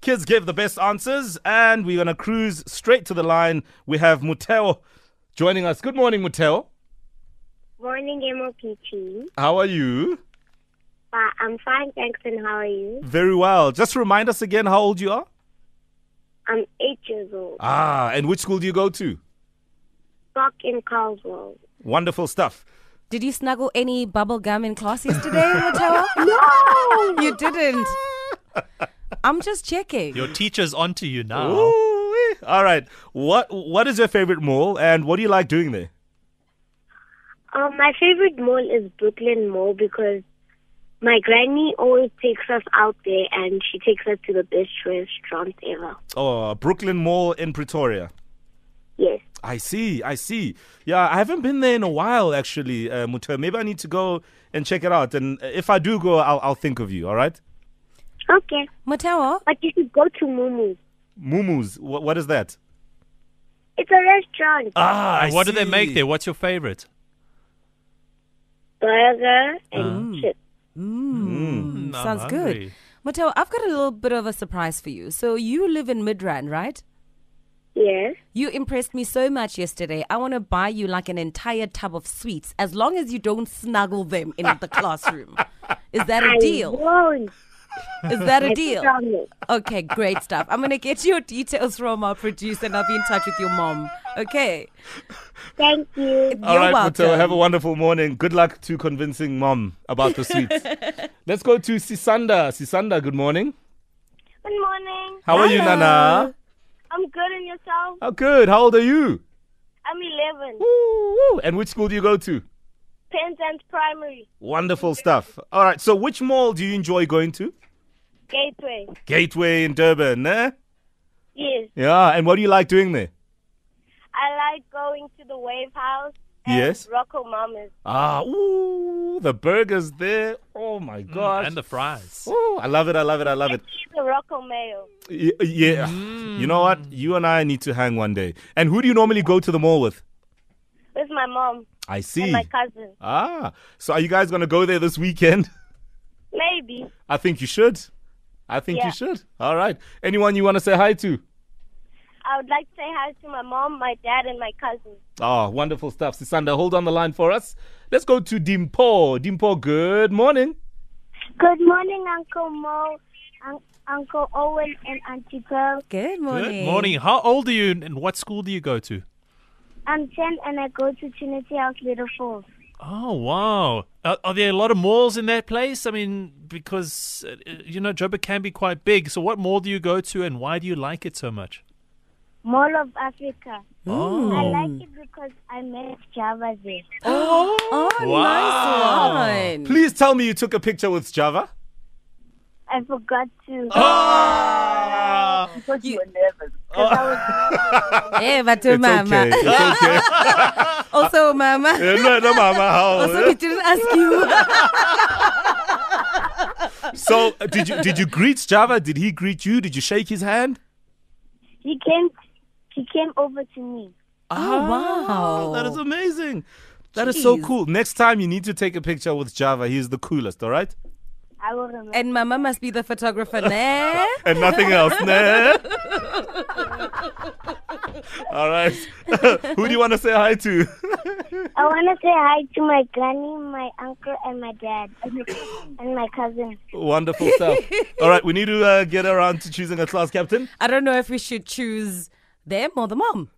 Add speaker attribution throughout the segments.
Speaker 1: Kids gave the best answers, and we're going to cruise straight to the line. We have Muteo joining us. Good morning, Muteo.
Speaker 2: Morning, MOP team.
Speaker 1: How are you?
Speaker 2: Uh, I'm fine, thanks, and how are you?
Speaker 1: Very well. Just remind us again how old you are.
Speaker 2: I'm eight years old.
Speaker 1: Ah, and which school do you go to?
Speaker 2: Fuck in Caldwell.
Speaker 1: Wonderful stuff.
Speaker 3: Did you snuggle any bubble gum in class yesterday, Mateo?
Speaker 2: No!
Speaker 3: you didn't. I'm just checking.
Speaker 4: Your teacher's onto you now.
Speaker 1: Ooh-wee. All right. What What is your favorite mall, and what do you like doing there?
Speaker 2: Um, my favorite mall is Brooklyn Mall because my granny always takes us out there and she takes us to the best restaurants ever.
Speaker 1: Oh, Brooklyn Mall in Pretoria.
Speaker 2: Yes.
Speaker 1: I see. I see. Yeah, I haven't been there in a while, actually, uh, Muteo. Maybe I need to go and check it out. And if I do go, I'll, I'll think of you. All right.
Speaker 2: Okay.
Speaker 3: Mateo,
Speaker 2: But you should go to Mumu's.
Speaker 1: Mumu's. What, what is that?
Speaker 2: It's a restaurant.
Speaker 1: Ah, I
Speaker 4: And what do they
Speaker 1: see.
Speaker 4: make there? What's your favorite?
Speaker 2: Burger and chips.
Speaker 4: Mm, I'm
Speaker 3: sounds good.
Speaker 4: hungry.
Speaker 3: Mateo, I've got a little bit of a surprise for you. So you live in Midrand, right?
Speaker 2: Yes.
Speaker 3: You impressed me so much yesterday. I want to buy you like an entire tub of sweets as long as you don't snuggle them in the classroom. Is that a
Speaker 2: I
Speaker 3: deal?
Speaker 2: won't.
Speaker 3: Is that
Speaker 2: I
Speaker 3: a deal?
Speaker 2: promise.
Speaker 3: Okay, great stuff. I'm going to get your details from our producer and I'll be in touch with your mom. Okay.
Speaker 2: Thank you.
Speaker 1: All
Speaker 3: You're
Speaker 1: right,
Speaker 3: welcome.
Speaker 1: Mateo, have a wonderful morning. Good luck to convincing mom about the sweets. Let's go to Sisanda. Sisanda, good morning.
Speaker 2: Good morning.
Speaker 1: How are you, Nana?
Speaker 2: I'm good and yourself?
Speaker 1: How good? How old are you?
Speaker 2: I'm 11.
Speaker 1: Woo, woo. And which school do you go to?
Speaker 2: Penzance Primary.
Speaker 1: Wonderful stuff. All right, so which mall do you enjoy going to?
Speaker 2: Gateway.
Speaker 1: Gateway in Durban, eh?
Speaker 2: Yes.
Speaker 1: Yeah, and what do you like doing there?
Speaker 2: I like going to the Wave House and
Speaker 1: Yes.
Speaker 2: Rocco Mama's.
Speaker 1: Ah, ooh, the burgers there. Oh my gosh.
Speaker 4: And the fries.
Speaker 1: Ooh, I love it, I love it, I love it.
Speaker 2: She's a Rocco Mayo.
Speaker 1: Y- yeah. You know what? You and I need to hang one day. And who do you normally go to the mall with?
Speaker 2: With my mom
Speaker 1: I see.
Speaker 2: and my cousin.
Speaker 1: Ah, so are you guys going to go there this weekend?
Speaker 2: Maybe.
Speaker 1: I think you should. I think
Speaker 2: Yeah.
Speaker 1: you should. All right. Anyone you want to say hi to?
Speaker 2: I would like to say hi to my mom, my dad, and my cousin.
Speaker 1: Oh, wonderful stuff. Sisanda, hold on the line for us. Let's go to Dimpo. Dimpo, good morning.
Speaker 2: Good morning, Uncle Mo, un- Uncle Owen, and Auntie Pearl.
Speaker 3: Good morning.
Speaker 4: Good morning. How old are you and and what school do you go to?
Speaker 2: I'm 10 and I go to Trinity House Little Falls.
Speaker 4: Oh, wow. Are, are there a lot of malls in that place? I mean, because, uh, uh, you know, Joburg can be quite big. So what mall do you go to and why do you like it so much?
Speaker 2: Mall of Africa. I
Speaker 4: Oh.
Speaker 2: like it because I met Java there.
Speaker 3: Oh,
Speaker 4: Wow.
Speaker 3: nice one.
Speaker 1: Please tell me you took a picture with Java.
Speaker 2: I forgot to.
Speaker 1: Ah!
Speaker 2: Because you were nervous. 'Cause I was
Speaker 3: Eh, but to mama.
Speaker 1: It's okay. It's okay.
Speaker 3: Also, mama.
Speaker 1: Eh, no, no, mama,
Speaker 3: Also,
Speaker 1: how?
Speaker 3: we didn't ask you.
Speaker 1: So, uh, did you did you greet Java? Did he greet you? Did you shake his hand?
Speaker 2: He came. He came over to me.
Speaker 1: Oh,
Speaker 3: wow.
Speaker 1: That is amazing. That is so
Speaker 3: Jeez.
Speaker 1: cool. Next time you need to take a picture with Java. He is the coolest, all right?
Speaker 2: I will remember.
Speaker 3: And mama must be the photographer, nah?
Speaker 1: And nothing else. nah. all right. Who do you want to say hi to?
Speaker 2: I want to say hi to my granny, my uncle, and my dad, and my cousin.
Speaker 1: Wonderful stuff. All right, we need to uh, get around to choosing a class captain.
Speaker 3: I don't know if we should choose them or the mom.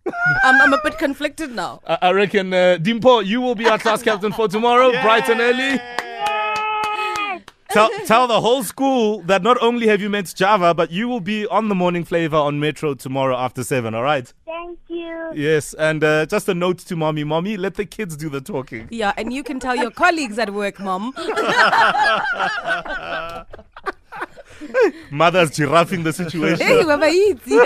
Speaker 3: I'm, I'm a bit conflicted now.
Speaker 1: I, I reckon, uh, Dimpo, you will be our class captain for tomorrow, bright and early. Tell, tell the whole school that not only have you met Java, but you will be on the morning flavor on Metro tomorrow after 7, all right?
Speaker 2: Thank you.
Speaker 1: Yes, and uh, just a note to mommy, mommy, let the kids do the talking.
Speaker 3: Yeah, and you can tell your colleagues at work, mom.
Speaker 1: Mother's giraffing the situation.
Speaker 3: hey, Baba Yitzi.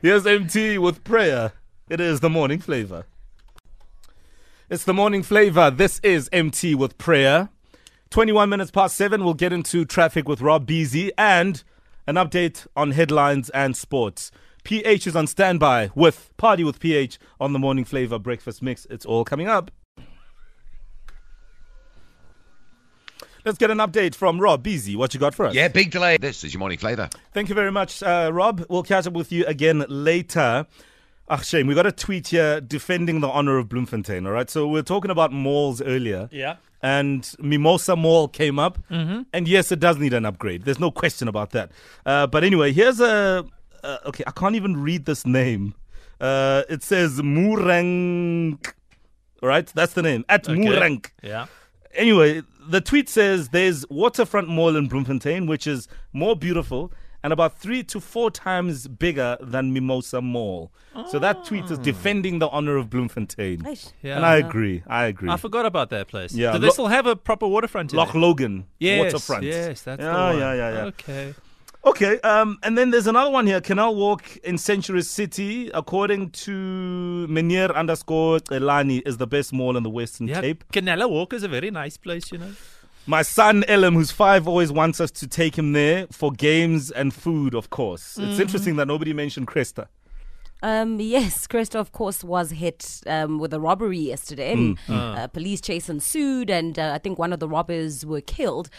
Speaker 1: Here's MT with prayer. It is the morning flavor. It's the morning flavor. This is MT with prayer. 21 minutes past 7, we'll get into traffic with Rob Beasy and an update on headlines and sports. PH is on standby with Party with PH on the morning flavor breakfast mix. It's all coming up. Let's get an update from Rob Beasy. What you got for us?
Speaker 5: Yeah, big delay. This is your morning flavour.
Speaker 1: Thank you very much, uh, Rob. We'll catch up with you again later. Ah, shame. We got a tweet here defending the honor of Bloemfontein. All right. So we we're talking about malls earlier.
Speaker 4: Yeah.
Speaker 1: And Mimosa Mall came up. Mm-hmm. And yes, it does need an upgrade. There's no question about that. Uh, but anyway, here's a. Uh, okay, I can't even read this name. Uh, it says Murang. All right. That's the name. At Murang.
Speaker 4: Yeah.
Speaker 1: Anyway, the tweet says there's waterfront mall in Bloemfontein, which is more beautiful and about three to four times bigger than Mimosa Mall. So that tweet
Speaker 4: Ah.
Speaker 1: is defending the honor of Bloemfontein.
Speaker 3: Eish.
Speaker 4: Yeah. Uh,
Speaker 1: And I agree. I agree.
Speaker 4: I forgot about that place.
Speaker 1: Yeah,
Speaker 4: Do they
Speaker 1: Lo-
Speaker 4: still have a proper waterfront? in
Speaker 1: Loch
Speaker 4: there?
Speaker 1: Logan
Speaker 4: Yes,
Speaker 1: waterfront.
Speaker 4: Yes, that's
Speaker 1: yeah,
Speaker 4: the one.
Speaker 1: yeah, yeah, yeah.
Speaker 4: Okay.
Speaker 1: Okay, um, and then there's another one here. Canal Walk in Century City, according to Menier underscore Elani, is the best mall in the Western
Speaker 4: Yeah.
Speaker 1: Cape.
Speaker 4: Canela Walk is a very nice place, you know.
Speaker 1: My son Elam, who's five, always wants us to take him there for games and food, of course. It's interesting that nobody mentioned Cresta.
Speaker 3: Um, yes, Cresta, of course, was hit um, with a robbery yesterday. And, uh, police chase ensued, and uh, I think one of the robbers were killed.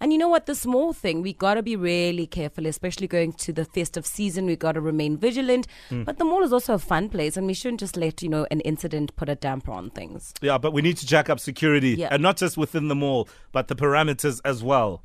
Speaker 3: And you know what? This small thing, we got to be really careful, especially going to the festive season. we got to remain vigilant. But the mall is also a fun place, and we shouldn't just let, you know, an incident put a damper on things.
Speaker 1: Yeah, but we need to jack up security,
Speaker 3: Yeah.
Speaker 1: and not just within the mall, but the parameters as well.